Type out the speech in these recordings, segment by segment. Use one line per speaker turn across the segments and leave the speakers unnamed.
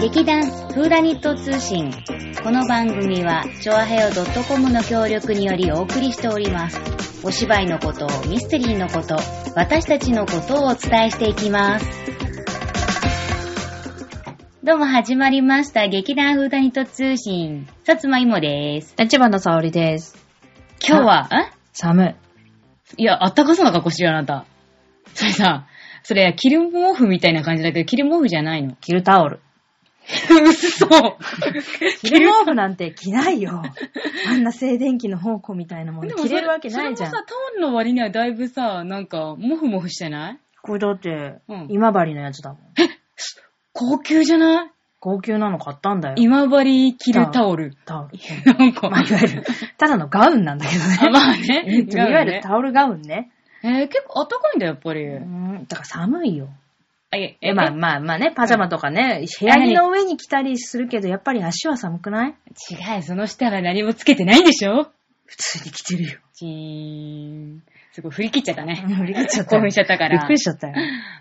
劇団フーダニット通信この番組はチョアヘオ .com の協力によりお送りしておりますお芝居のことミステリーのこと私たちのことをお伝えしていきますどうも始まりました劇団フーダニット通信さつまいもです
立花沙織です。
今日は、ん
寒い。
いや、あったかそうな格好してるよあなた。それさ、それ、キル毛布みたいな感じだけど、キル毛布じゃないの。
着るタオ ル。
嘘
着る毛布なんて着ないよ。あんな静電気の宝庫みたいなもん着れるわけないじゃん
それ。もさ、タオルの割にはだいぶさ、なんか、もふもふしてない
これだって
うん、
今治のやつだもん。
高級じゃない
高級なの買ったんだよ。
今治キルタオル。
タオル。
なんか、
まあ、いわゆる、ただのガウンなんだけど
あ、
ね。
まあ
え
ね。
っといわゆ
違う
る
よね
タオルガウンね。
えー、結構あったかいんだよ、やっぱり。
うん、だから寒いよ。
あ、いや、
え、まあ
違、
まあまあね、パジャマとかね、部屋着の上に着たりするけど、やっぱり足は寒くないう
その下は何もつけてないんでしょ
普通に着て るよ。
チーン。すごい振り切っちゃったね。
振り切っ ちゃった
興
よ。
奮しちゃったから。
びっくりしちゃったよ。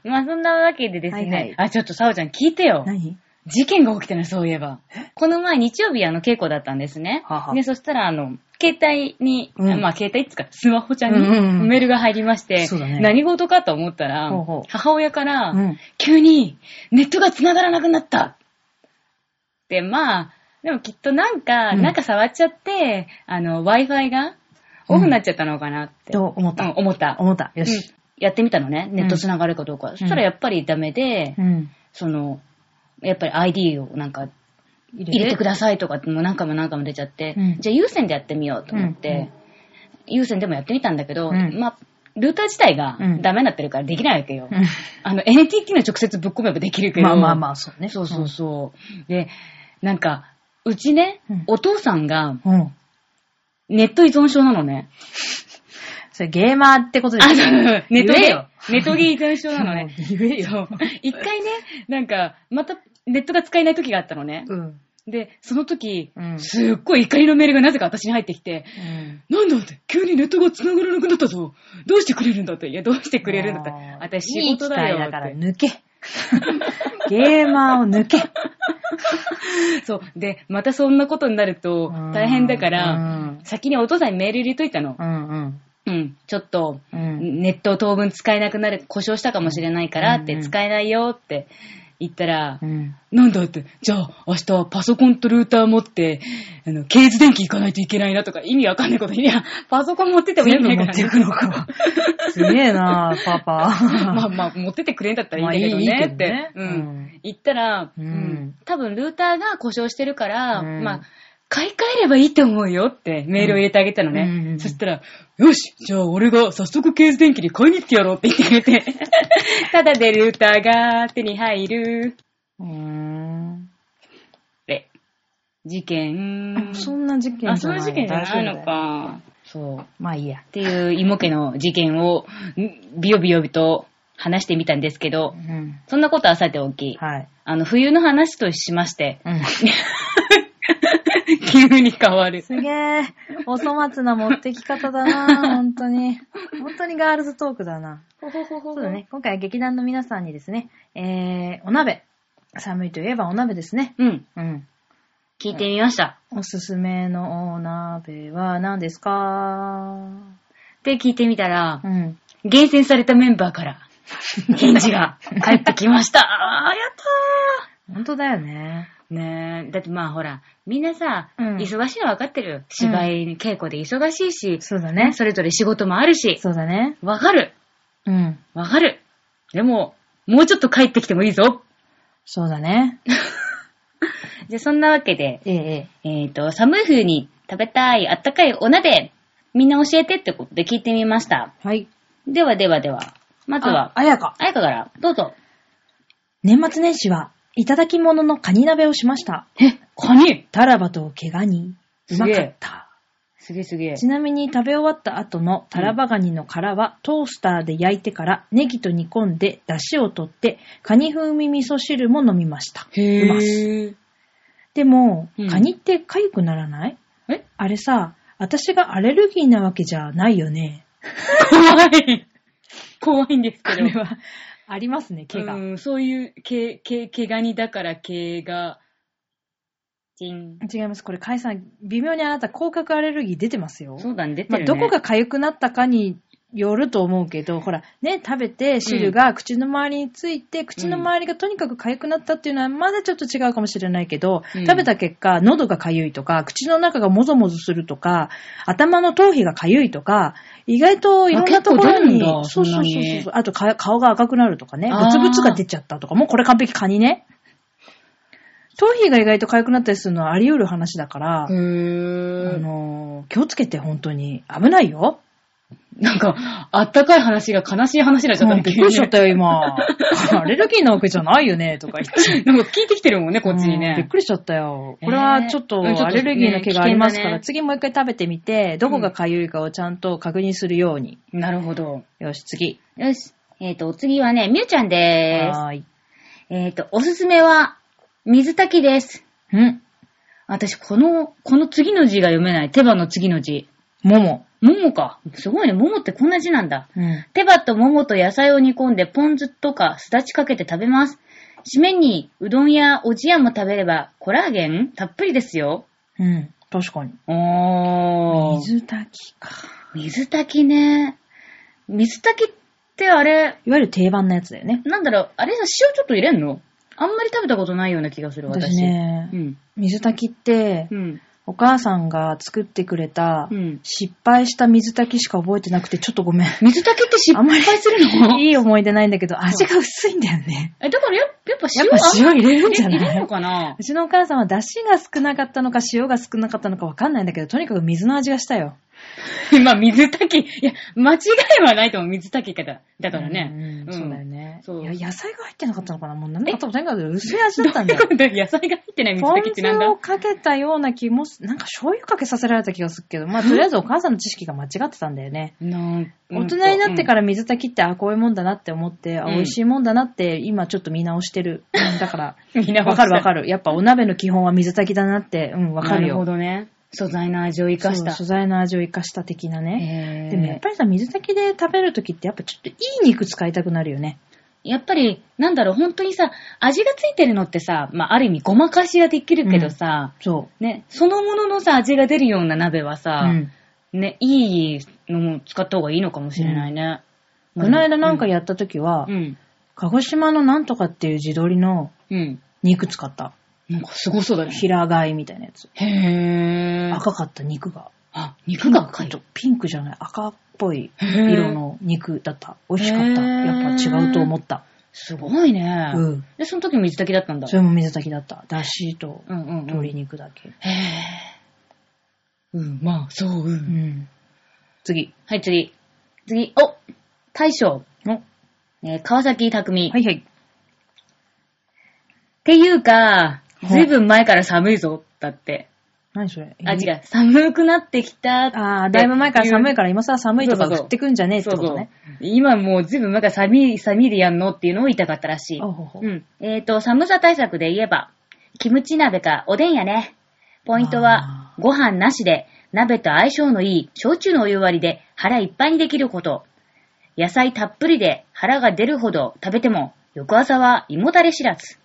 まあそんなわけでですね。
はいはい
あ、ちょっとさおちゃん聞いてよ。
何
事件が起きたの、そういえば。この前日曜日あの稽古だったんですね。
はは
で、そしたらあの、携帯に、
うん
まあ携帯っつうか、スマホちゃんに
うんうんうん
メールが入りまして、
そうだね
何事かと思ったら、
ほうほう
母親から、
うん
急にネットが繋がらなくなったで、まあ、でもきっとなんか、
うん
なんか触っちゃって、あの、Wi-Fi がオフになっちゃったのかなって、
と思っ
うん
た。
思った。
思った。よ
うん
し。
やってみたのね、ネット繋がるかどうか。そしたらやっぱりダメで、
うん。
その、やっぱり ID をなんか
入
入れてくださいとかってもう何回も何回も出ちゃって、
うん
じゃあ有線でやってみようと思って、
うんうん
有線でもやってみたんだけど、
うん
まあ、ルーター自体が
うん
ダメになってるからできないわけよ。あの、NTT の直接ぶっ込めばできるけど。
まあまあまあ、そうね。
そうそうそう。で、なんか、うちね、
うん
お父さんが
うん。うん。
ネット依存症なのね。
それゲーマーってことで
あ
す
の、ネット
言え
ゲ
よ。
ネットゲ依存症なのね。
言えよ。
そう。一回ね、なんか、またネットが使えない時があったのね。
うん。
で、その時、
うん
すっごい怒りのメールがなぜか私に入ってきて、なんだって、急にネットが繋がらなくなったぞ。どうしてくれるんだって。いや、どうしてくれるんだって。私仕事だよ
いい機会だ
っ
から
て。
抜け。 ゲーマーを抜け。
そう。で、またそんなことになると 大変だから、
うん。
先にお父さんにメール入れといたの
う。ん
うん。ちょっと、
うん。うん。
ネットを当分使えなくなる、故障したかもしれないからっ
う
て、
ん
使えないよって言ったら
う、ん。
なんだって、じゃあ明日パソコンとルーター持って、あの、ケーズ電気行かないといけないなとか、意味わかんないこと、いや、パソコン持ってってもいいん
全部
だ
持
か
ってい
ら、
くのか。すげえなパパ。
まあまあ、持ってってくれんだったらいいんだけど
まあ
ね
いい
っ
いいけど
て
ね、
う
うん
ん言ったら、
う
うんん多分ルーターが故障してるから、
うん
まあ、買い替えればいいと思うよってメールを入れてあげたの
うんうんうんう
ね。
ん
そしたら、よしじゃあ俺が早速ケーズ電気に買いに行ってやろうって言ってくれて、 ただでルーターが手に入る。
うん。
で、事件。
そんな事件じゃない。
あ、そういう事件じゃないの
大丈夫だよ。
か。そう。っ
まあいいや。
ていう芋家の事件を、んビヨビヨと話してみたんですけど
う、ん。
そんなことはさておき、
はい。
あの、冬の話としまして、
うん。
急に変わる。
すげえ、お粗末な持ってき方だ な、本当に。本当にガールズトークだな。そうだね、今回は劇団の皆さんにですね、えー、お鍋。寒いといえばお鍋ですね。
うん。
うん。
聞いてみました。
おすすめのお鍋は何ですか
で、聞いてみたら
う、ん。
厳選されたメンバー から、返事が返ってきました。あー、やったー。
本当だよね。
ねえ、だってまあほら、みんなさ、
うん
忙しいの分かってる。芝居、稽古で忙しいし、
そうだね。
それぞれ仕事もあるし、
そうだね。
わかる。
うん。
わかる。でも、もうちょっと帰ってきてもいいぞ。
そうだね。
じゃあそんなわけで、
えええ
えっ、と、寒い冬に食べたいあったかいお鍋、みんな教えてってことで聞いてみました。
え。はい。
ではではでは、まずは、
あやか。
あやかから、どうぞ。
年末年始は、いただき物のカニ鍋をしました。
え、カニ
タラバと毛ガニ。うますか
げ
っ
え
た。
すげえすげえ。
ちなみに食べ終わった後のタラバガニの殻はトースターで焼いてからネギと煮込んで出汁を取ってカニ風味味噌汁も飲みました。うま
へ
し。でも
うん、
カニって痒くならない
え
あれさ、私がアレルギーなわけじゃないよね。
怖い。怖いんです
こ
け
れ
ど。
は、ありますね、怪我。
うん、そういう、け、け、毛ガニだから毛が、ジン。
違います。これ、カイさん、微妙にあなた、広角アレルギー出てますよ。
そうだね、出て
ま
る、
あ、
ね。
どこが痒くなったかによると思うけど、ほら、ね、食べて汁が口の周りについて、口の周りがとにかく痒くなったっていうのは、まだちょっと違うかもしれないけど、
うん
食べた結果、喉が痒いとか、口の中がもぞもぞするとか、頭の頭皮が痒いとか、意外といろんなところに、
あ結構出るんだ
そう
そんな
そうそうそう
に
そう、あとか顔が赤くなるとかね、
あ
ブ
ー
ツブツが出ちゃったとか、もうこれ完璧カニね。頭皮が意外と痒くなったりするのはあり得る話だから、
へ
あ
ー。
のー気をつけて本当に危ないよ。
なんか、あったかい話が悲しい話になっちゃった
うん
ね
びっくりしちゃっ
急
たよ、 今。アレルギーなわけじゃないよね、とか言って。
にねなんか聞いてきてるもんね、こっちに
うんびっ
ね。
くりしちゃったよ。
えー
これはちょっと
うんちょっと
アレルギーの毛がありますから、
ね危険だね
次もう一回食べてみて、どこが痒いかをちゃんと確認するように。
なるほど。
よし、次。
よし。えっ、と、お次はね、みゆちゃんでーす。
はーい。
えっ、と、おすすめは、水炊きです。
ん
私、この、この次の字が読めない。手羽の次の字。
もも。
桃か。すごいね。桃ってこんな字なんだ。
うん。
手羽と桃と野菜を煮込んでポン酢とかすだちかけて食べます。締めにうどんやおじやも食べればコラーゲンたっぷりですよ。
うん。確かに。
おー。
水炊きか。
水炊きね。水炊きってあれ、
いわゆる定番のやつだよね。
なんだろう、あれさ、塩ちょっと入れんのあんまり食べたことないような気がする、私。
私ね
う、ん。
水炊きって
う、ん。
お母さんが作ってくれた
う、ん。
失敗した水炊きしか覚えてなくて、ちょっとご めん。
水炊きって失敗するの
いい思い出ないんだけど、味が薄いんだよね。
え、だからややっぱ
やっ
塩
ぱ
あん
塩入れるんじゃ
入れ
な
るの
い
かな
うちのお母さんは出汁が少なかったのか塩が少なかったのかわかんないんだけど、とにかく水の味がしたよ。
今、水炊き。いや、間違いはないと思う、水炊き方。だからね。
うんそうだよね。
そう
いや、野菜が入ってなかったのかなもうなんかともとにかく薄い味だったんだ
だか
よ。
ら野菜が入ってない水
ポン
炊きって
酢
なんだ
をかけたような気もす、なんか醤油かけさせられた気がするけど、まあとりあえずお母さんの知識が間違ってたんだよね。
なん、
大人になってからら水炊きって、あ、こういうもんだなって思って、あ、
うん
美味しいもんだなって、今ちょっと見直してる。うんだ から、
みんな
わかるわか
る。
る。やっぱお鍋の基本は水炊きだなって、うん、わか
な
るよ。
るほどね。素材の味を生
そ
か
う
した。
素材の味を生かした的な
へ
ね。
ー
でもやっぱりさ、水炊きで食べるときってやっぱちょっといい肉使いたくなるよね。
やっぱり、なんだろう、本当にさ、味がついてるのってさ、まあ、ある意味ごまかしができるけどさ、
そ
ね、そのもののさ、味が出るような鍋は
う。
さ
う、ん。
ね、いいのも使った方がいいのかもしれないね。
この間なんかやったときは、
うん、
鹿児島のなんとかっていう地鶏の
うん。
肉使った。
なんかすごそうだね。
平飼いみたいなやつ。
へー。
赤かった肉が。
あ、肉が赤い。
ちょっとピンクじゃない、赤っぽい
へー
色の肉だった。美味しかった。
へー
やっぱ違うと思った。
すごいね。
うん。
で、その時水炊きだったんだ。
それも水炊きだった。だしと
うんうんうん。
鶏肉だけ。
へぇー。うん、まあ、そう、う。
うんん。次。
はい、次。次、お大将。
おは
えー川崎匠。
いはい。
っていうか、
い
ずいぶん前から寒いぞ、だって。
何それ
あ、違。う、寒くなってきたって。
ああ、だいぶ前から寒いから今さ寒いと
そ
か
うそうそう
食ってくんじゃねえって
そう
こと
そう
ね。。
今もうずいぶん前から寒い、寒いでやんのっていうのを言いたかったらしい。
あほうほう
うん。えっ、と、寒さ対策で言えば、キムチ鍋かおでんやね。ポイントは
あ、
ご飯なしで、鍋と相性のいい焼酎のお湯割りで腹いっぱいにできること。野菜たっぷりで腹が出るほど食べても、翌朝は胃もたれ知らず。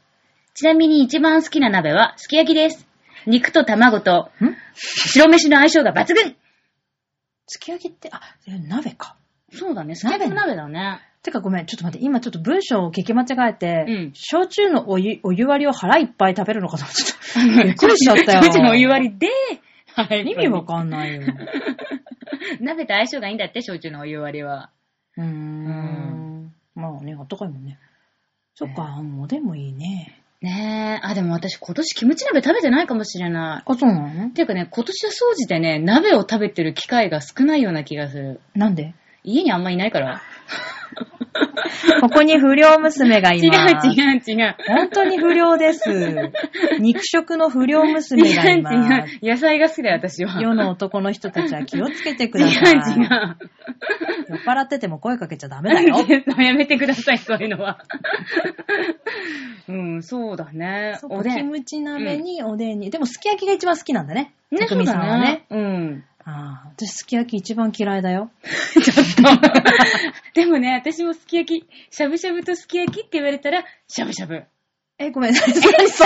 ちなみに一番好きな鍋はすき焼きです。肉と卵と
ん
白飯の相性が抜群
すき焼きって、あ、え鍋か。
そうだね、すき焼きの鍋だね。
てかごめん、ちょっと待って、今ちょっと文章を聞き間違えて、
うん
焼酎のお湯、お湯割りを腹いっぱい食べるのかと思っちゃ った。びっくりしちゃったよ。
キムチのお湯割りで、はい
意味わかんないよ。
鍋と相性がいいんだって、焼酎のお湯割りは。
うーん。まあね、あったかいもんね。そっか、おでんもいいね。
ねえ、あ、でも私今年キムチ鍋食べてないかもしれな
あ、そうなの
い。ていうかね、今年は掃除でね、鍋を食べてる機会が少ないような気がする。
なんで
家にあんまいないから。
ここに不良娘がい
違う
ます。
違う違う。
本当に不良です。肉食の不良
違う
娘がいます。
違 う。野菜が好きだよ、私は。
世の男の人たちは気をつけてく
違う
ださい。
違う。
酔っ払ってても声かけちゃダメだ よ。
やめてください、そう いうのは。 うん、そうだね。
そうか
おで
キ
ん。
ムチ鍋におでんに、でもすき焼きが一番好きなんだね。
ね、
た
そう
くみさんは
だ
ね
ね。。うん。
ああ、私すき焼き一番嫌いだよ。
でもね、私もすき焼き、しゃぶしゃぶとすき焼きって言われたら、しゃぶしゃぶ。
え、ごめん、 そ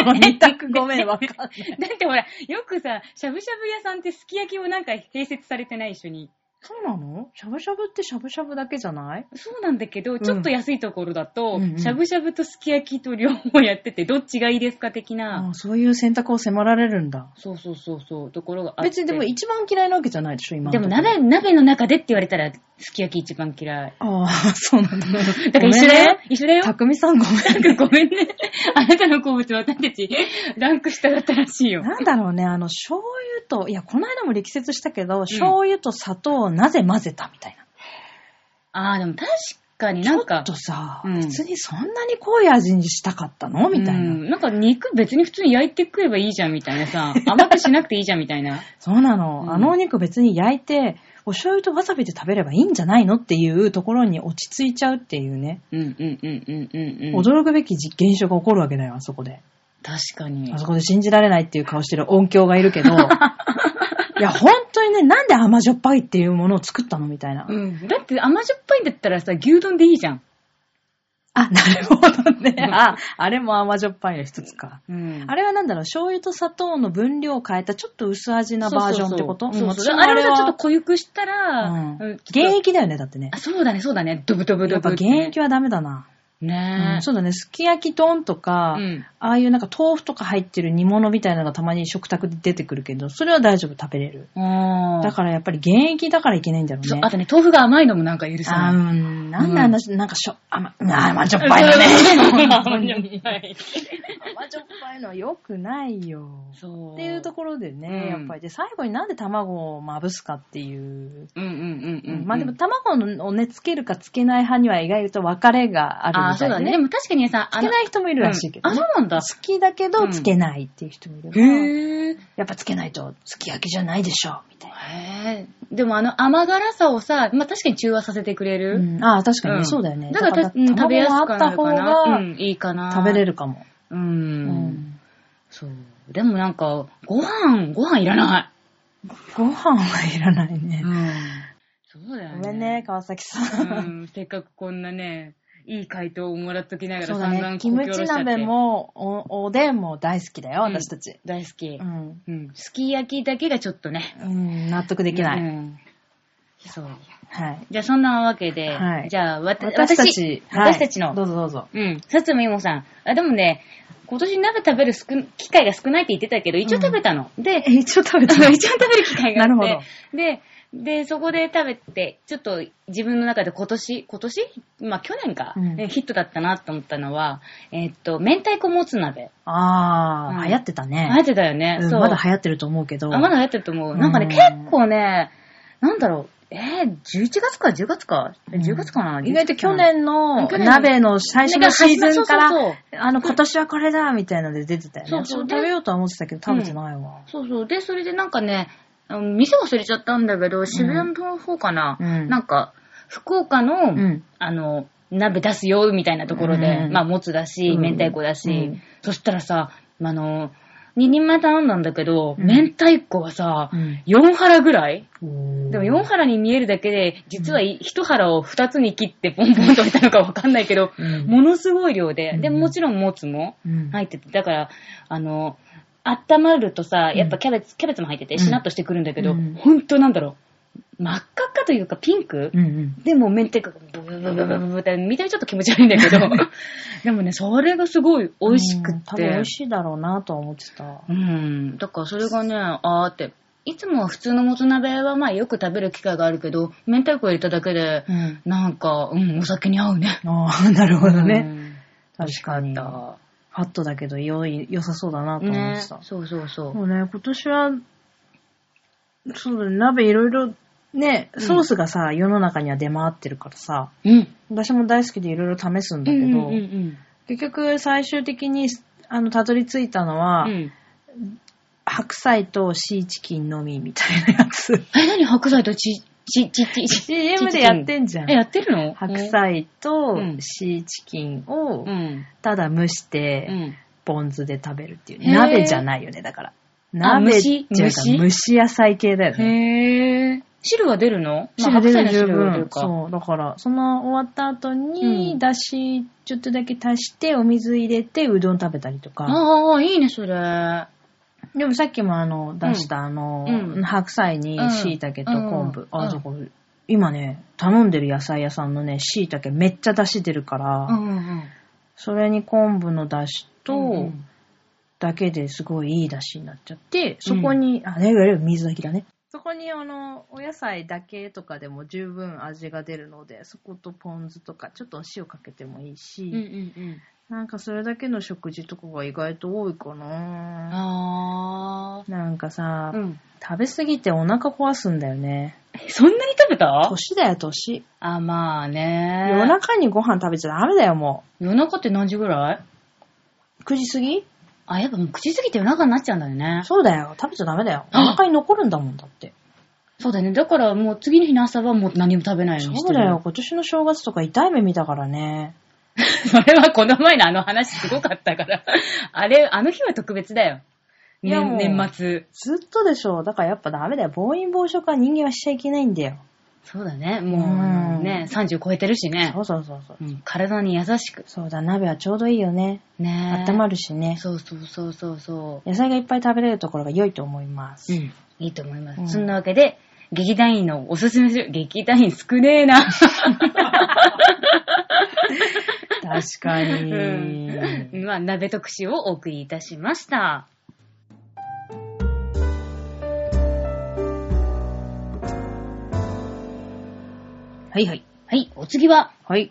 の二択ご めん、わかんない。
だってほら、よくさ、しゃぶしゃぶ屋さんってすき焼きもなんか併設されてない一緒に。
そうなのしゃぶしゃぶってしゃぶしゃぶだけじゃない
そうなんだけど、ちょっと安いところだと、
うんうん
しゃぶしゃぶとすき焼きと両方やってて、どっちがいいですか的な、
ああそういう選択を迫られるんだ。
そうそうそうそう、ところがあって。
別にでも一番嫌いなわけじゃないでしょ、今の
でも
ところ。
鍋、鍋の中でって言われたら、すき焼き一番嫌 い。
ああ、そうなんだ。
だから一緒だよ、一緒だよ。
たくみさんごめん。
なんかごめんね。あなたの好物私たち、ランク下だったらしいよ。
なんだろうね、あの、醤油と、いや、この間も力説したけど、醤油と砂糖をなぜ混ぜたみたいな。
あー、でも確かになんか
あ、とさ、
うん
別にそんなに濃い味にしたかったのみたいな。
うんなんか肉別に普通に焼いて食えばいいじゃんみたいな さ、甘くしなくていいじゃんみたいな。
そうなの、
うん
あのお肉別に焼いて、お醤油とわさびで食べればいいんじゃないのっていうところに落ち着いちゃうっていうね、
うんうんうんうんうんうん。
驚くべき実現象が起こるわけだよ、あそこで。
確かに
あ。そこで信じられないっていう顔してる音響がいるけど、 いや、本当にね、なんで甘じょっぱいっていうものを作ったのみたいな。
うん、だって甘じょっぱいんだったらさ、牛丼でいいじゃん。
あ、なるほどね。あ、あれも甘じょっぱいの一つか。
うん
あれはなんだろう、醤油と砂糖の分量を変えたちょっと薄味なバージョンってこと
そうそうそうう。
ん私も
あれは
は
ちょっと濃ゆくしたら、
うん
うんちょっと
現役だよね、だってね
あ、。そうだね、そうだね。ドブドブ
や
ド
っぱ
ブって
現
ね。
役はダメだな。
ね
う
え
ん。そうだね、すき焼き丼とか、
うん
ああいうなんか豆腐とか入ってる煮物みたいなのがたまに食卓で出てくるけど、それは大丈夫食べれる。
あー
だからやっぱり現役だからいけないんだろう
そう
ね。
あとね、豆腐が甘いのもなんか許さ
あー
ない。
うん、なんであんな、なんかしょ、甘、甘じょっぱいのね。
甘じょっぱい。
甘じょっぱいのは良くないよ。
そう。
っていうところでね、
うん
やっぱり。で、最後になんで卵をまぶすかっていう。
うんうんうんうんうん。
まあでも卵をね、つけるかつけない派には意外と分かれがある
あ
み
そ
た
う
い
だ
で、
ね。
ね。
でも確かにさ、
つけない人もいる
あの
らしいけど、
うん
ね
あ、そうなんだ。
好きだけ
う
ど
ん
つけないっていう人もいるから、
へえ。
やっぱつけないとすき焼きじゃないでしょう、みたいな。
へえ。でもあの甘辛さをさ、まあ確かに中和させてくれる。
うん、ああ、確かにね、
ん
そうだよね。
だからたうん食べやすくなるか
卵があった
な。う
方が
ん、いいかな。
食べれ
る。
るかも。
う。
うん
そう。でもなんか、ご飯、ご飯いらな
ご飯はいらない
い。
ね。
ん。そうだよね。
ごめんね、川崎さ。
うんん。せっかくこんなね、いい回答をもらっときながら
そうだ
散々
ね。
こ
キ
き
ム
下ろ
チ
しちゃって
鍋もお、おでんも大好きだよ、
うん
私たち。
大好き
う。ん。
うん。すき焼きだけがちょっとね。
うん、納得できない。
うんそう。
はい。
じゃあそんなわけで、
はい
じゃあわた
私たち、はい
私たちの、
どうぞどうぞ。
うん、さつみもさん。あ、でもね、今年鍋食べる少機会が少ないって言ってたけど、一応食べたの。で、
え、一応食べた
あの一応食べる機会があって。
なるほど
で、で、そこで食べて、ちょっと自分の中で今年、今年まあ去年か、
うん
ねヒットだったなと思ったのは、えっと、明太子もつ鍋。
あ
うん
ー、流行ってたね。
流行ってたよね。
うん
そう。
まだ流行ってると思うけど。
あまだ流行ってると思う。なんかね、
うん
結構ね、なんだろう、えー、11月か10月か、え
うん
10月かな、
意外と去
11
年の
去年の
鍋の最初のシーズ
そう
ンか
そう
ら、
そう
あの、今年はこれだ、みたいなので出てたよね。
そうそう
私も
で
食べようとは思ってたけど、食べてないわ。
そうそう。で、それでなんかね、あの店忘れちゃったんだけど、渋谷の方かな、
うん
なんか、福岡の、
うん
あの、鍋出すよ、みたいなところで、
うん
まあ、もつだし、
うん
明太子だし、
うん
そしたらさ、あの、2人前頼んだんだけど、
うん
明太子はさ、
うん
4腹ぐらいで
で
も4腹に見えるだけで、実は1腹を2つに切ってポンポンと置いたのかわかんないけど、
うん
ものすごい量で、で、
うん
もちろんもつも
うん
入ってて、だから、あの、温まるとさ、
うん
やっぱキャベツ、キャベツも入ってて、しなっとしてくるんだけど、
うん
ほんとなんだろう、真っ赤っかというかピンク、
うんうん。
でも明太子がブブブブブブブって、見た目ちょっと気持ち悪いんだけど、でもね、それがすごい美味しく
う
っ
ん
て。
多分美味しいだろうなとは思ってた。
うん。だからそれがね、あーって。いつもは普通のもつ鍋はまあよく食べる機会があるけど、明太子入れただけで
う、ん。
なんか、うん、お酒に合うね。
ああ、 なるほど
う
ね。
ん。
確かに。フ
だ。
ァットだけど、良い、良さそうだなと思っ
ね。
てた。
そうそうそう。
もうね、今年は、そうだね、鍋いろいろ、ね、
うん
ソースがさ、世の中には出回ってるからさ、
うん。
私も大好きでいろいろ試すん
う
だけど、
んうんうん
結局最終的に、あの、たどり着いたのは、
うん。うん。
白菜とシーチキンのみみたいなや つ。
え、何白菜とち、ち、ち、ち、ち、
CM でやってんじゃ
え、や
ん。
ってるの
白。菜と
うん
シーチキンを
うん。
ただ蒸し
う
て
ん。
ポン酢で食べるってい
へー
う。鍋じゃないよね、だから。鍋
蒸
っ
して
いうか
蒸し
蒸し野菜系だよね。
へえ。汁は出るの
汁出る十
は
分。そう。だから、その終わった後
うん
に、だし、ちょっとだけ足して、お水入れて、うどん食べたりとか。
ああ、いいね、それ。あ
でもさっきもあの、出したあの、
うん
白菜に
うん
椎茸と昆布。
うんう
あ、
ん
そこ、今ね、頼んでる野菜屋さんのね、椎茸めっちゃ出汁出るから、それに昆布の出汁と、
と、
だけですごいいい出汁になっちゃって、そこに、あ、ね、いわゆる水炊きだね。そこにあの、お野菜だけとかでも十分味が出るので、そことポン酢とか、ちょっとお塩かけてもいいし、
うんうんうん。
なんかそれだけの食事とかが意外と多いかな
あ
なんかさ
あ。、ん。
食べ過ぎてお腹壊すんだよね。
そんなに食べた
年だよ、年。
あ、まあね。
夜中にご飯食べちゃダメだよ、も。
夜中って何時ぐらいう
9時過ぎ
あ、やっぱもう口過ぎて夜中になっちゃうんだよね。
そうだよ、食べちゃダメだよ。お
あ
腹に残るんだもん、だって。
そうだよね。だからもう次の日の朝はもう何も食べないようにし
そ
て
う
る。
だよ、。今年の正月とか痛い目見たからね。
それはこの前のあの話すごかったから。 あれ、あの日は特別だよ。
いや
年
もう
年末。
ずっとでしょ。だからやっぱダメだよ。暴飲暴食は人間はしちゃいけないんだよ。
そうだね。もう、
うん
あのね、30超えてるしね
そ。うそうそうそう。
うん、体に優しく。
そうだ、鍋はちょうどいいよね。
ね
温ま
る。
るしね。
そうそうそうそうそ
野菜がいっぱい食べれるところが良いと思います。
う。ん。いいと思います。
うん
そんなわけで、劇団員のおすすめする、劇団員少ねえな。
確かに。
うん、 まあ、鍋特集をお送りいたしました。
はいはい。
はい、お次は、
はい。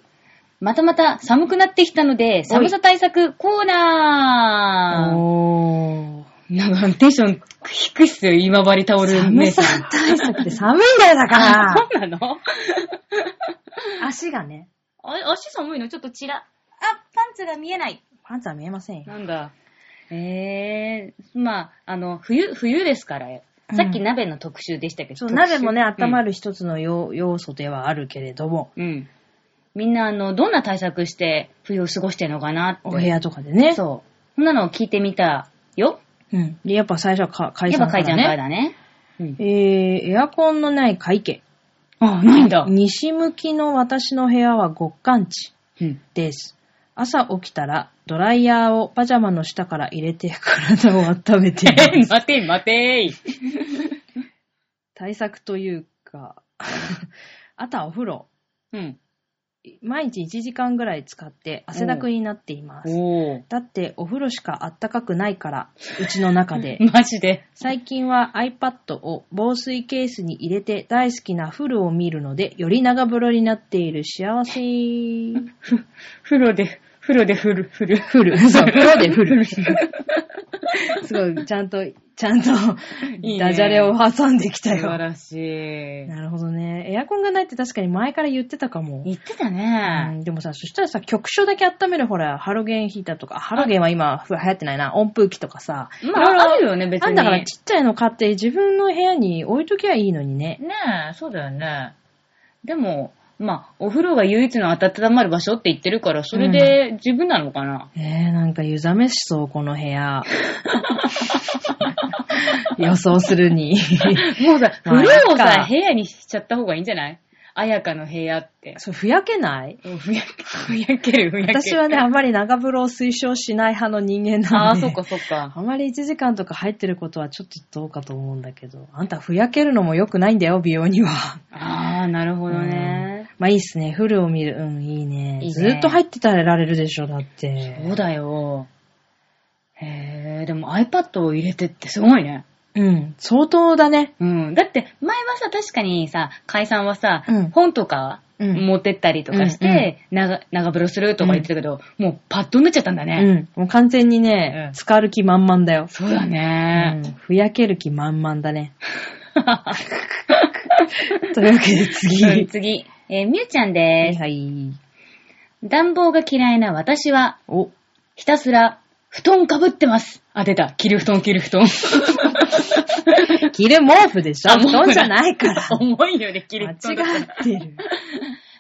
またまた寒くなってきたので、寒さ対策コーナー
おー。
なんかテンション低いっすよ、今治タオル
寒
姉
さ
さん。
対策って寒いんだよ、だか
あ、
ら。
そうなの
足がね、
あれ足寒いのちょっとチラ。あ、パンツが見えない。
パンツは見えませんよ。
なんだ。えー、まあ、あの、冬、冬ですから、さっき鍋の特集でしたけど。
そう、鍋もね、温ま
る。
る一つの要,、要素ではあるけれども、
うん。うんみんな、あの、どんな対策して冬を過ごしてるのかなって。
お部屋とかでね。
そう。そんなのを聞いてみたよ。
うん。で、やっぱ最初はか解
やっぱ
散
か
か
いちゃ
ら
んから
ね。
だね。うん。
えー、エアコンのない会計。
あ、ないんだ。
西向きの私の部屋は極寒地
うん。
です。朝起きたら、ドライヤーをパジャマの下から入れて体を温めてい
え
ます
待て待てー
対策というか、 あとはお風呂。
うん。
毎日1時間ぐらい使って汗だくになっています。
お
だってお風呂しかあったかくないから、うちの中で。
マジで。
最近は iPad を防水ケースに入れて大好きなフルを見るので、より長風呂になっている 幸せ。
風呂で、風呂でふる、ふる。
フル。そう、風呂で フル。すごい、ちゃんと、ちゃんと
いね、
ダジャレを挟んできた
素晴
よ。
らしい。
なるほどね。エアコンがないって確かに前から言ってたかも。
言ってた
う
ね。
んでもさ、そしたらさ、局所だけ温める、ほら、ハロゲンヒーターとか、ハロゲンは今、流行ってないな、温風機とかさ。
ま
いろいろ
あ、あるよね、別
な
に。
んだから、ちっちゃいの買って、自分の部屋に置いときゃいいのにね。
ねえ、そうだよね。でも、まあ、お風呂が唯一の温まる場所って言ってるから、それで十分なのか な。
えー、なんか湯冷めしそう、この部 屋。予想するに。
もうさ、
まあ
風呂を
なん
さ
か、
部屋にしちゃった方がいいんじゃないあやかの部屋って。
そう、ふやけない
うんふやけ、ふやける、ふやける。
私はね、あんまり長風呂を推奨しない派の人間
あ
な
あ、
んで。
そっかそっか。
あまり1時間とか入ってることはちょっとどうかと思うんだけど。あんた、ふやけるのも良くないんだよ、美容には。
ああ、なるほどね。
まあいいっすね。フルを見る。うん、いいね。
いいね
ずっと入ってたられるでしょ、だって。
そうだよ。へえ、でも iPad を入れてってすごいね。
うん。相当だね。
うん。だって、前はさ、確かにさ、解散はさ、
うん
本とか
うん
持ってったりとかして、長長風呂するとか言ってたけど、もうパッとになっちゃったんだ
う
ね。
ん。もう完全に
う
ね
ん、
浸かる気満々だよ。
そうだ
う
ね。
ん。ふやける気満々だね。というわけで次。
うん次、えーみゆちゃんです。
はい。
暖房が嫌いな私は、
お。
ひたすら、布団かぶってます。あ、出た。着る布団、着る布 団。
着る毛布でしょ
あ毛
布
布
団じゃないから。
重いよね、着
間
る布
違
団。
ってる。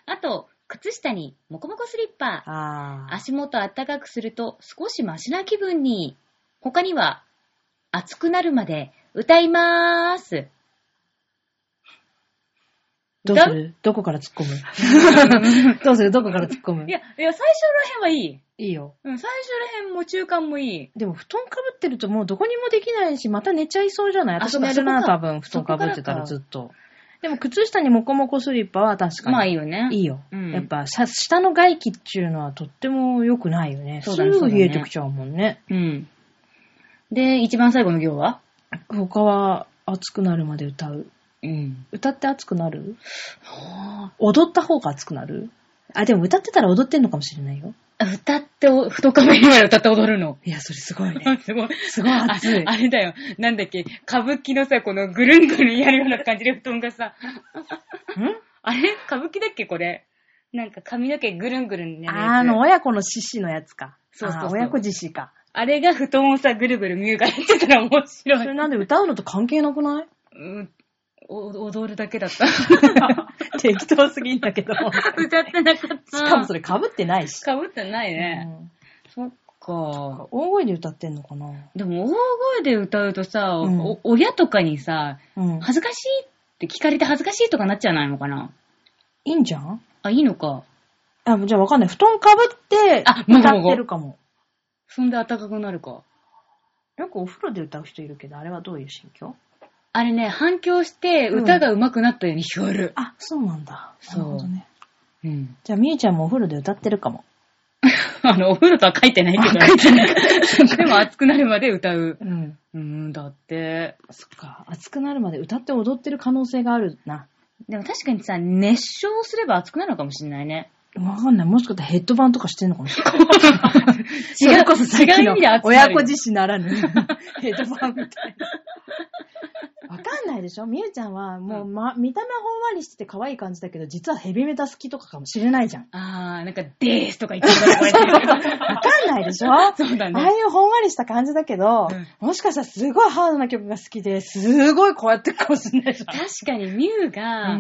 あと、靴下に、もこもこスリッパ。
ああ。
足元あったかくすると少しマシな気分に。他には、熱くなるまで歌いまーす。
どうするどこから突っ 込むどうするどこから突っ込む
いや、いや、最初らへんはいい。
いいよ。
うん、最初らへんも中間もいい。
でも布団かぶってるともうどこにもできないし、また寝ちゃいそうじゃない
あ
私
そうか
寝るな、
そこか
多分。布団かぶってたら
そ
ずっと。でも靴下にモコモコスリッパは確かに。
まあいいよね。
いいよ。
うん
やっぱさ、下の外気っていうのはとっても良くないよね。
そう
す
だね
ぐ冷えてきちゃうもんね。
うん。で、一番最後の行は
他は熱くなるまで歌う。
うん。
歌って熱くなる踊った方が熱くなるあ、でも歌ってたら踊ってんのかもしれないよ。
歌ってお、太かぶりまで歌って踊るの。
いや、それすごい ね。
すごい。
すごい熱い
あ。あれだよ。なんだっけ、歌舞伎のさ、このぐるんぐるんやるような感じで布団がさ、あれ歌舞伎だっけこれ。なんか髪の毛ぐるんぐるんやるやつ
あの、親子の獅子のやつか。
そうそうそう
あ親子獅子か。
あれが布団をさ、ぐるぐる見るからやってたら面
そ
白
れ
い。
なんで歌うのと関係なく ない
うん、お踊るだけだ った。
適当すぎんだけど。
歌ってなかった。
しかもそ
れ。
れ被ってないし。
かぶってないね。そっか。
うん大声で歌ってんのかな
でも、大声で歌うとさ、
うん
お親とかにさ、
うん。
恥ずかしいって聞かれて恥ずかしいとかなっちゃわないのかない
いんじゃん
あ、いいのか。
あ、じゃあわかんない。布団かぶって
あもご
歌
も
っ
ご
てるかも。
そんで暖かくなるか。
よくお風呂で歌う人いるけど、あれはどういう心境
あれね、反響して歌が上手くなったように聞こえる。
あ、そうなんだ。な
そう
るほどね。
うん。
じゃあ、みゆちゃんもお風呂で歌ってるかも。
あの、お風呂とは書いてないけど。書いてない。でも熱くなるまで歌う。
うん。
うーん、だって。
そっか。熱くなるまで歌って踊ってる可能性があるな。
でも確かにさ、熱唱すれば熱くなるのかもしれないね。
わかんない。もしかしたらヘッドバンとかしてんのかもしれない。
違う
それこそさっき
違う
の
意味で熱くな
親
る
子自身ならぬ。 ヘッドバンみたいな。わかんないでしょみゆちゃんは、もう、ま、見た目はほんわりしてて可愛い感じだけど、実はヘビメタ好きとかかもしれないじゃん。
あー、なんか、でーすとか言ってるからこうやって
わかんないでしょ
そうだ
ああ
ね。
いうほんわりした感じだけど、もしかしたらすごいハードな曲が好きで、すごいこうやってるかもしれないじゃん。
確かに、ミュウが、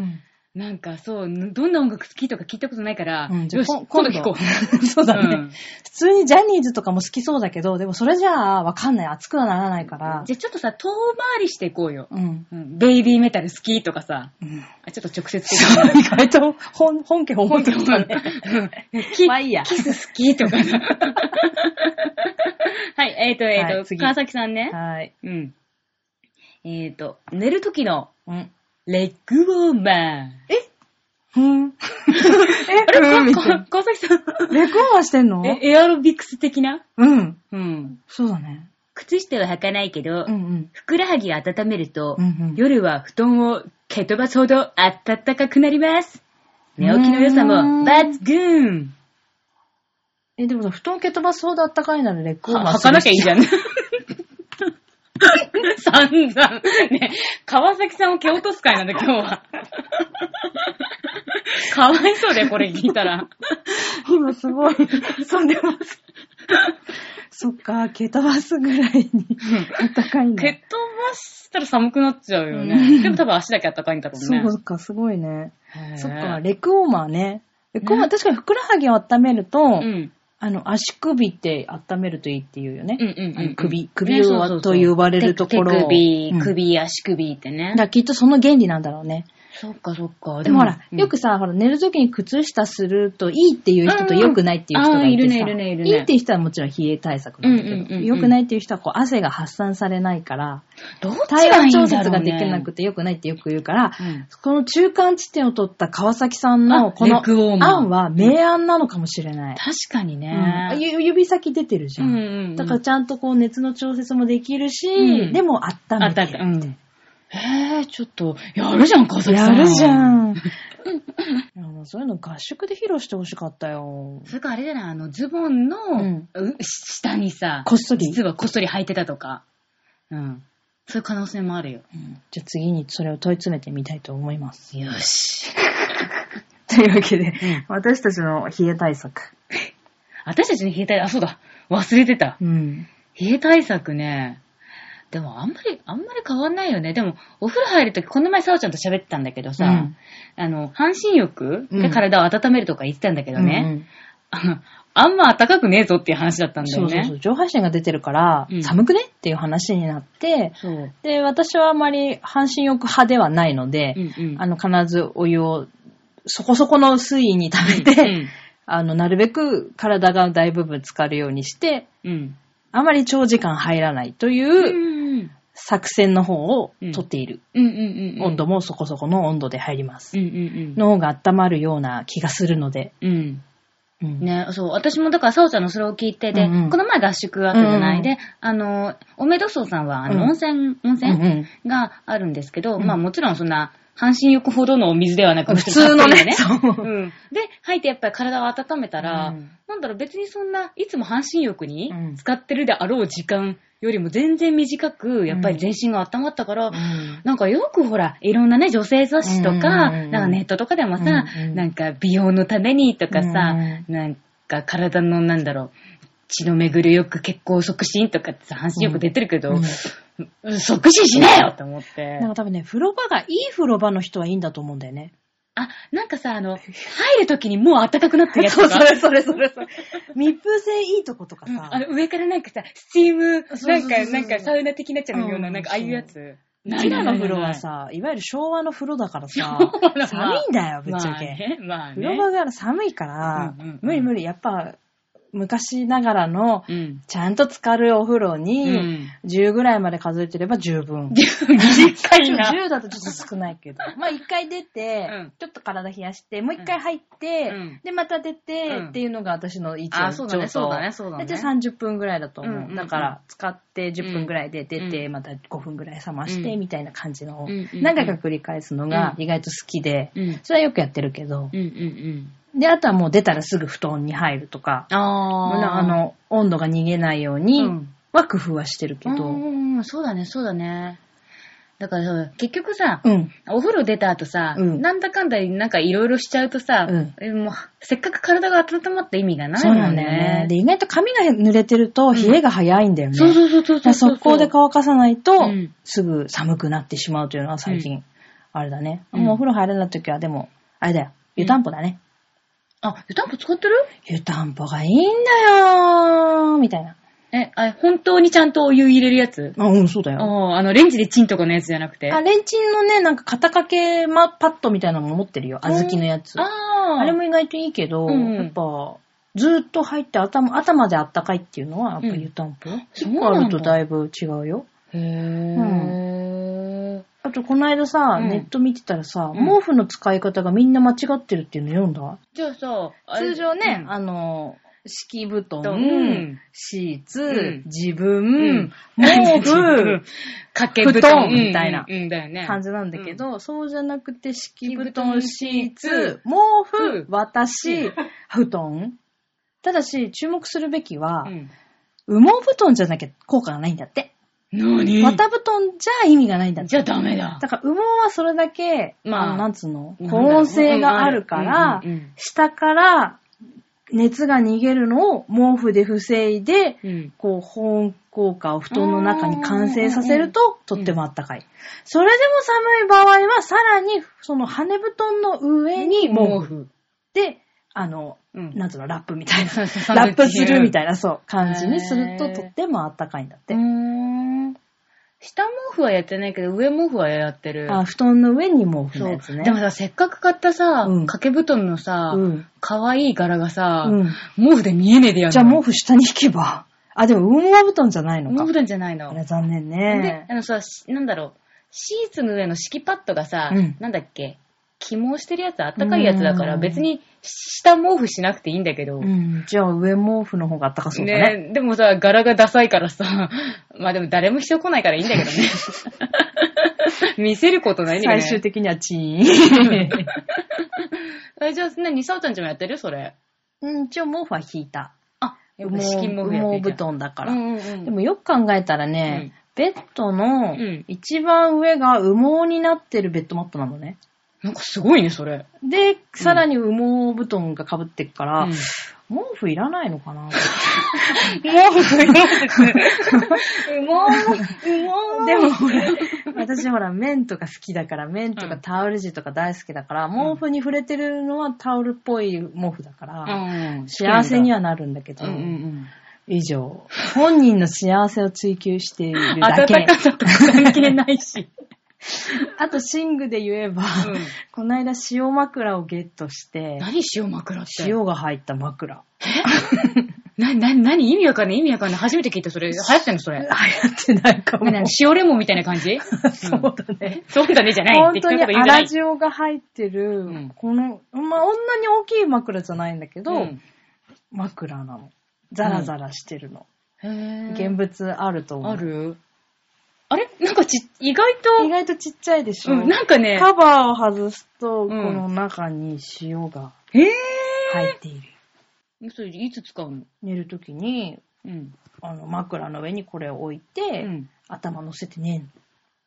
なんかそう、どんな音楽好きとか聞いたことないから、
うんじゃあ
よし、
こん
今度聞こう。
そうだね、
うん
普通にジャニーズとかも好きそうだけど、でもそれじゃあわかんない。熱くはならないから。
じゃあちょっとさ、遠回りしていこうよ。
うん。
うんベイビーメタル好きとかさ、
うん、
あちょっと直接的に。
意外と本本家本
本
物
当
だった
に
ね。
キ
まあいいや
キス好きとか さ。はい、えっ、ー、と、えっ、ー、と、
はい次
川崎さんね。
はい。
うん。えっ、ー、と、寝る時の
うん。
レッグウォーマー。
うん。
あれ、
え、うん、み
か
たいな
か川崎さん、
レコーはしてんの
え、エアロビクス的な
うん。
うん。
そうだね。
靴下は履かないけど、
うんうん。
ふくらはぎを温めると、
うんうん
夜は布団を蹴飛ばすほど暖かくなります。寝起きの良さ
うーん
も抜群
え、でもさ、布団蹴飛ばすほどあったかいならレコー
は履かなきゃいいじゃん。散々。ね、川崎さんを蹴落とす会なんだ、今日 は。かわいそうだよ、これ聞いたら。
今すごい、飛んでます。そっか、蹴飛ばすぐらいに、あったかいんだ
蹴。飛ばしたら寒くなっちゃうよね。でも多分足だけ暖かいんだろう
そ
ね。
うか、すごいね。
へー
そっか、レクウォーマーね。レクウォーマー、
ね
確かにふくらはぎを温めると、
うん。
あの、足首って温めるといいっていうよね。
うんうんうん
あの首、
ね
首を
そうそうそ
と
う
呼ばれるところ
手
を。
首
う、ん
首、足首ってね
だか。らきっとその原理なんだろうね。
そっかそっか。
でもほら、
うん
よくさ、ほら、寝るときに靴下するといいっていう人と良くないっていう人
うんう
がいてさ、
んあーいるねいるねいるね
いっていう人はもちろん冷え対策なんだけど、
うんうんうんうん
良くないっていう人はこう汗が発散されないから、
どっ
体温調節が
ね
できなくて良くないってよく言うから、
うん
この中間地点を取った川崎さん
あ
のこの
レクウォーマー
案は明暗なのかもしれない。
確かに
うん
ね。
ゆ指先出てるじゃ
うん
ん。
うんうん
だからちゃんとこう熱の調節もできるし、
うん
でも温
あっ
め
た
て
か。
る。
うん。へえ、ちょっと、やるじゃん、川崎
や
さん。
るじゃ。ん。いやもうそう いうの合宿で披露してほしかったよ。
それかあれじゃない、あの、ズボンの
うん、
う下にさ、
こっそり。
実はこっそり履いてたとか。うん。そういう可能性もあるよ。
うんじゃあ次にそれを問い詰めてみたいと思います。
よし。
というわけで、私たちの冷え対策。
私たちの冷え対、あ、そうだ。忘れてた。
うん。
冷え対策ね。でもあんまり、あんまり変わんないよね。でも、お風呂入るとき、この前、さおちゃんと喋ってたんだけどさ、
うん
あの、半身浴で体を温めるとか言ってたんだけどね、
うんうん
あんま暖かくねえぞっていう話だったんだ
そ
よ
うそう
ね。
そう。上半身が出てるから
う、ん
寒くねっていう話になって、
そう。う
で、私はあまり半身浴派ではないので、
んうん。
あの、必ずお湯をそこそこの水位に溜めて、あの、なるべく体が大部分浸かるようにして、
うん。うん。。
あまり長時間入らないといううん作戦の方を取っている。
うんうんうん。
温度もそこそこの温度で入ります。
うんうん
脳が温まるような気がするので。
うん。うん。
うん
ね、そう、私もだから、さおちゃんのそれを聞いてで、
うんうん
この前合宿あったじゃない、
うん
で、あの、おめどそうさんは、あ
うん
の、温泉、温
うん
泉、
うん
があるんですけど、
うん
まあもちろんそんな、半身浴ほどのお水ではなく、
普通のね。
普通
そう
たっぷりなねうん。で、入ってやっぱり体を温めたら、
うん
なんだろう、別にそんな、いつも半身浴に
うん
使ってるであろう時間よりも全然短く、やっぱり全身が温まったから、なんかよくほら、いろんなね、女性雑誌とか、
うんうんうんうん
なんかネットとかでもさ、
うんうん
なんか美容のためにとかさ、
う
なんか体のなんだろう、血の巡るよく血行促進とかってさ、半身浴出てるけど、
うん
うん即死しねえよと思って
なん。か多分ね、風呂場がいい風呂場の人はいいんだと思うんだ よね。
あ、なんかさ、あの、入るときにもう暖かくなってるやつとか。
それそれそれ。密封性いいとことか
うん
さ。
あの上からなんかさ、スチーム、
そうそう
な
そ
ん
うそう
か、なんかサウナ的になっちゃうような、
うん
なんかああいうやつ。
うちらの風呂はさ、いわゆる昭和の風呂だからさ
昭和、だ
寒いんだよ、
ない
ぶ
な
っ
い
ち
な
ゃ
い、
け。
まあね、
風
まあ
呂
ね。
場が寒いから、
うんうんうん
無理無理、やっぱ、昔ながらの、
うん。
ちゃんと浸かるお風呂に、
うん
10ぐらいまで数えてれば十分。
短いな。
10だとちょっと少ない けど。まあ一回出て、
うん
ちょっと体冷やして、もう一回入って、
うん
でまた出て、
うん
っていうのが私の一応
あ、そうだね、そうだね、そうだね。
で、30分ぐらいだと思う。
うんうんうん
だから、使って10分ぐらいで出て、
うん
また5分ぐらい冷まして、
うん
みたいな感じの、
うんうんうん
何回か繰り返すのが
うん
意外と好きで、
うん。うん
それはよくやってるけど、
うんうん。
で、あとはもう出たらすぐ布団に入るとか、
あ
な
あ。
あ、の、温度が逃げないよう
う
に
ん
は工夫はしてるけど、
うんうんうん、そうだね、そうだね。だからそう、結局さ、
うん。
お風呂出た後さ、
うん
なんだかんだなんかいろいろしちゃうとさ、
うん
えもうせっかく体が温まった意味がない
そうな
もん
んだよね
ね。。
で、意外と髪が濡れてると、冷えが早いんだよね。
そうそうそうそう
だか
そう
ら速攻で乾かさないと、
うん
すぐ寒くなってしまうというのは最近、
う
あれだね。
うん
もうお風呂入れない時は、でも、あれだよ。湯たんぽだね。
あ、湯たんぽ使ってる
湯たんぽがいいんだよーみたいな。
え、あ本当にちゃんとお湯入れるやつ
あ、うん、そうだよ。
おーあの、レンジでチンとかのやつじゃなくて。
あ、レンチンのね、なんか肩掛け、ま、パッドみたいなのも持ってるよ。
うん
小豆のやつ。
あ
あ
ー
れも意外といいけど、
うん
やっぱ、ずーっと入って頭、頭であったかいっていうのは、やっぱ湯たんぽ、
そ
結
う
構
な
あ
んだ
るとだいぶ違うよ。
へー。
あと、この間さ、
うん
ネット見てたらさ、
うん
毛布の使い方がみんな間違ってるっていうの読んだ
じゃあさ、あれ
通常ね、
うん
あの、敷布団、
うん
シーツ、
うんう
自
ん
分、毛 布、
かけ
布団みたいな
うんうんうんだよね。
感じなんだけど、そうじゃなくて、敷布
敷布団
団、シーツ、毛
うん
布、 私、布団。ただし、注目するべきは
う、ん。
羽毛布団じゃなきゃ効果がないんだって。
何
綿布団じゃ意味がないんだって。
じゃあダメだ。
だから羽毛はそれだけ、
まあ
あの、なんつうの、
なんだ
保
ろう
温性があるから、
うんうんうん
下から熱が逃げるのを毛布で防いで、
うん。
こう、保温効果を布団の中に完成させると、
うん
と
うん
ってもあったかい。それでも寒い場合は、さらに、その羽布団の上に毛
布。
布で、あの、
うん
なんつうの、ラップみたいな。
ラ
ラップするみ
い
たいな、そう、感じにする
へ
と、
ー
とってもあったかいんだって
うー。ん。下毛布はやってないけど、上毛布はやってる。
あ、布団の上に毛布
そ
の
う
やつね。
でもさ、せっかく買ったさ、
うん
掛け布団のさ、
うん。
可愛い柄がさ、
うん。
毛布で見えねえでやんの
じゃあ毛布下に引けば。あ、でも羽毛布団じゃないの
毛
か
布。なんじゃない
あ
の。
れ残念
で
ね、。
あのさ、しなんだろう、シーツの上の敷きパッドがさ、
うん
なんだっけ、起毛してるやつ、あったかいやつだから、
うん
別に下毛布しなくていいんだけど、
うん。じゃあ上毛布の方があったかそうだね。
ねでもさ、柄がダサいからさ、 まあでも誰も人来ないからいいんだけど ね。見せることないんだけど
最
ね。
終的には チーン。
えじゃあ、ね、にさおちゃんちもやってるそれ。
うん、一応毛布は引いた。
あ、やっぱ敷
羽毛
金毛布やって
羽毛布団だ
か
から。
うんうんうん、
でもよく考えたらね、ベッドの
うん
一番上が羽毛になってるベッドマットなのね。
なんかすごいね、それ。
で、さらに羽毛布団が被ってっから、
うん
毛布いらないのかな
毛布不要です。羽毛、 羽毛
でもほら、私ほら、綿とか好きだから、綿とかタオル地とか大好きだから、
ん
毛布に触れてるのはタオルっぽい毛布だから、
うん、
幸せに
は、
はなるんだけど、
うんうん
以上、本人の幸せを追求している
うん。
だ
暖
け。
かさとか関係ない し。
あと、寝具で言えば、この間塩枕をゲットして、
何塩枕って。
塩が入った枕。
な、な、何意味わかんない、意味わかんない。初めて聞いた、それ。流行ってんの、そ れ。
流行ってないかも。
何塩レモンみたいな感じ
そうだね。
そうだね、じゃない。適当
本当に
なこと言うんじゃない
粗塩が入ってる、
うん
この、まあ、女に大きい枕じゃないんだけど、
うん
枕なの。ザラザラしてるの。
へ
現物あると思う。
あるあれなんかち、意外
意
と、
外とちっちゃいでしょ。
うん、なんかね、
カバーを外すと、
うん
この中に塩が
え
入っている。
ぇー。それいつ使うの
寝るときに、
うん。
あの、枕の上にこれを置いうて、
ん。
頭乗せて寝る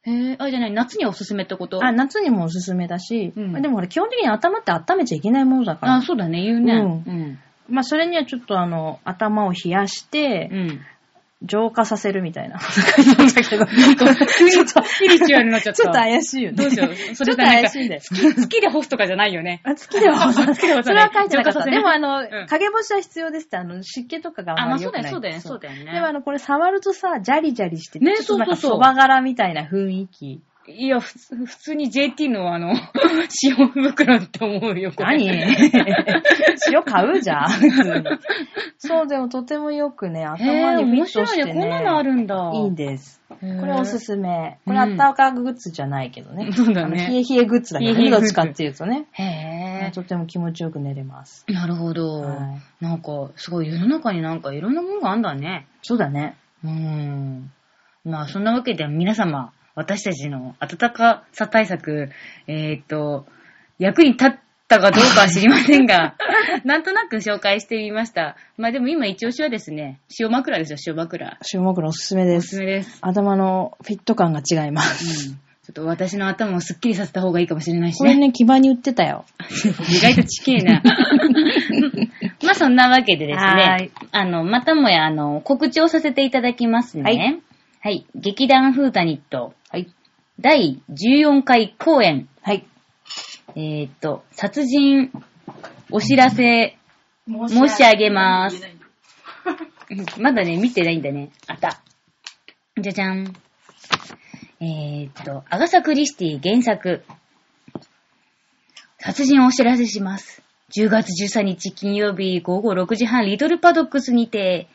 へぇー。あ、じゃない、夏にはおすすめってこと
のあ、夏にもおすすめだし、
うん
でもほら、基本的に頭って温めちゃいけないものだから。
あそうだね、言うね。。
うんまあ、それにはちょっとあの、頭を冷やして、
うん。
浄化させるみたいな。なんだけど、
急にスピリチュアルになっちゃった。
ちょっと怪しいよね。
どうしよう。それなんか、
ちょっと怪しいんだよ
好き好きで干すとかじゃないよね。
あ好き ではござい
好
ません
きではご
そ
ざい
れ
ません
は書いてなか
浄化
っ
さ
た。
せな
で
い
もあの
うん、
影干しは必要ですって、あの、湿気とかがあ
あ、
ん
まあ
まり
そ
良
う
く
だ
ない。
よね、そうだよね、そうだよね。
でもあの、これ触るとさ、ジャリジャリしてて、
ね
ちょっとなんか
そうそうそう
そば柄みたいな雰 囲気。
いや、ふつ普通に JT のあの、 塩袋って思うよ、これ
何 塩買うじゃ ん、普通に。そう、でもとてもよくね、頭
へ
に
ー
フィ
面
ット
白
し
い
て
ね。
ね。
こんなのあるんだ。
いいんです。
こ
これおすすめ。こ
うん
れあったかグッズじゃないけどね。
そうだ
あの
ね
冷え冷えグッズだけど
冷え
ね、
冷え
どっ
グッズ
ちかっていうとね。
め。へ
とても気持ちよく寝れます。
え。なるほど。
はい
なんか、すごい世の中になんかいろんなものがあんだね。
そうだね。
うん。まあ、そんなわけで皆様、私たちの暖かさ対策、えーっと、役に立ったかどうかは知りません が、なんとなく紹介してみました。まあでも今一押しはですね、塩枕ですよ、塩枕。
塩枕おすすめで
おすす
す。
めです。
頭のフィット感が違います。
うんちょっと私の頭をスッキリさせた方がいいかもしれないし
これ
ね。
ね、基盤に売ってたよ。
意外とちけえ な。まあそんなわけでです
は
ね
い、
あの、またもや、あの、告知をさせていただきますね。は
は
いい。劇団フータニット、
はい。
第14回公演、
はい。
えーっと、殺人お知らせ申し上げます。 まだね、見てないんだね。あった。じゃじゃん。えー、っと、アガサ・クリスティ原作。殺人をお知らせします。10月13日金曜日午後6時半、リトルパドックスにて、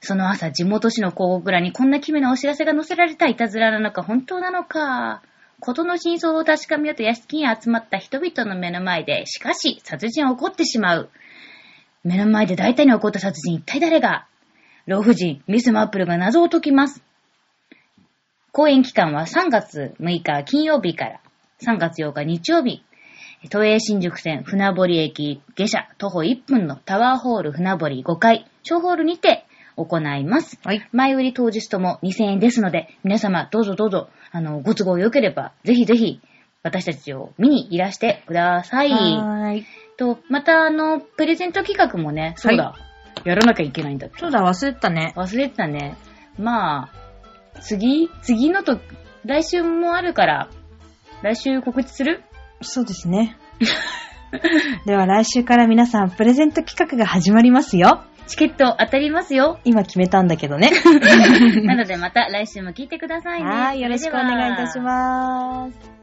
その朝、地元紙の広告欄にこんな奇妙なお知らせが載せられたいたずらなのか本当なのか。ことの真相を確かめようと屋敷に集まった人々の目の前で、しかし、殺人は起こってしまう。目の前で大体に起こった殺人、一体誰が老婦人、ミス・マップルが謎を解きます。公演期間は3月6日金曜日から3月8日日曜日。都営新宿線船堀駅下車徒歩1分のタワーホール船堀5階小ホールにて行います。
はい。
前売り当日とも2000円ですので、皆様どうぞどうぞ、あの、ご都合良ければ、ぜひぜひ、私たちを見にいらしてください。
はい。
と、またあの、プレゼント企画もね、そうだ、やらなきゃいけないんだって
そうだ、忘れてたね。
忘れてたね。まあ、次、次のと、来週もあるから、来週告知する
そうですね。 では来週から皆さん、プレゼント企画が始まりますよ。。
チケット当たりますよ
今決めたんだけどね。
なのでまた来週も聞いてくださいね。
はい。よろしくお願いいたし
す
ます。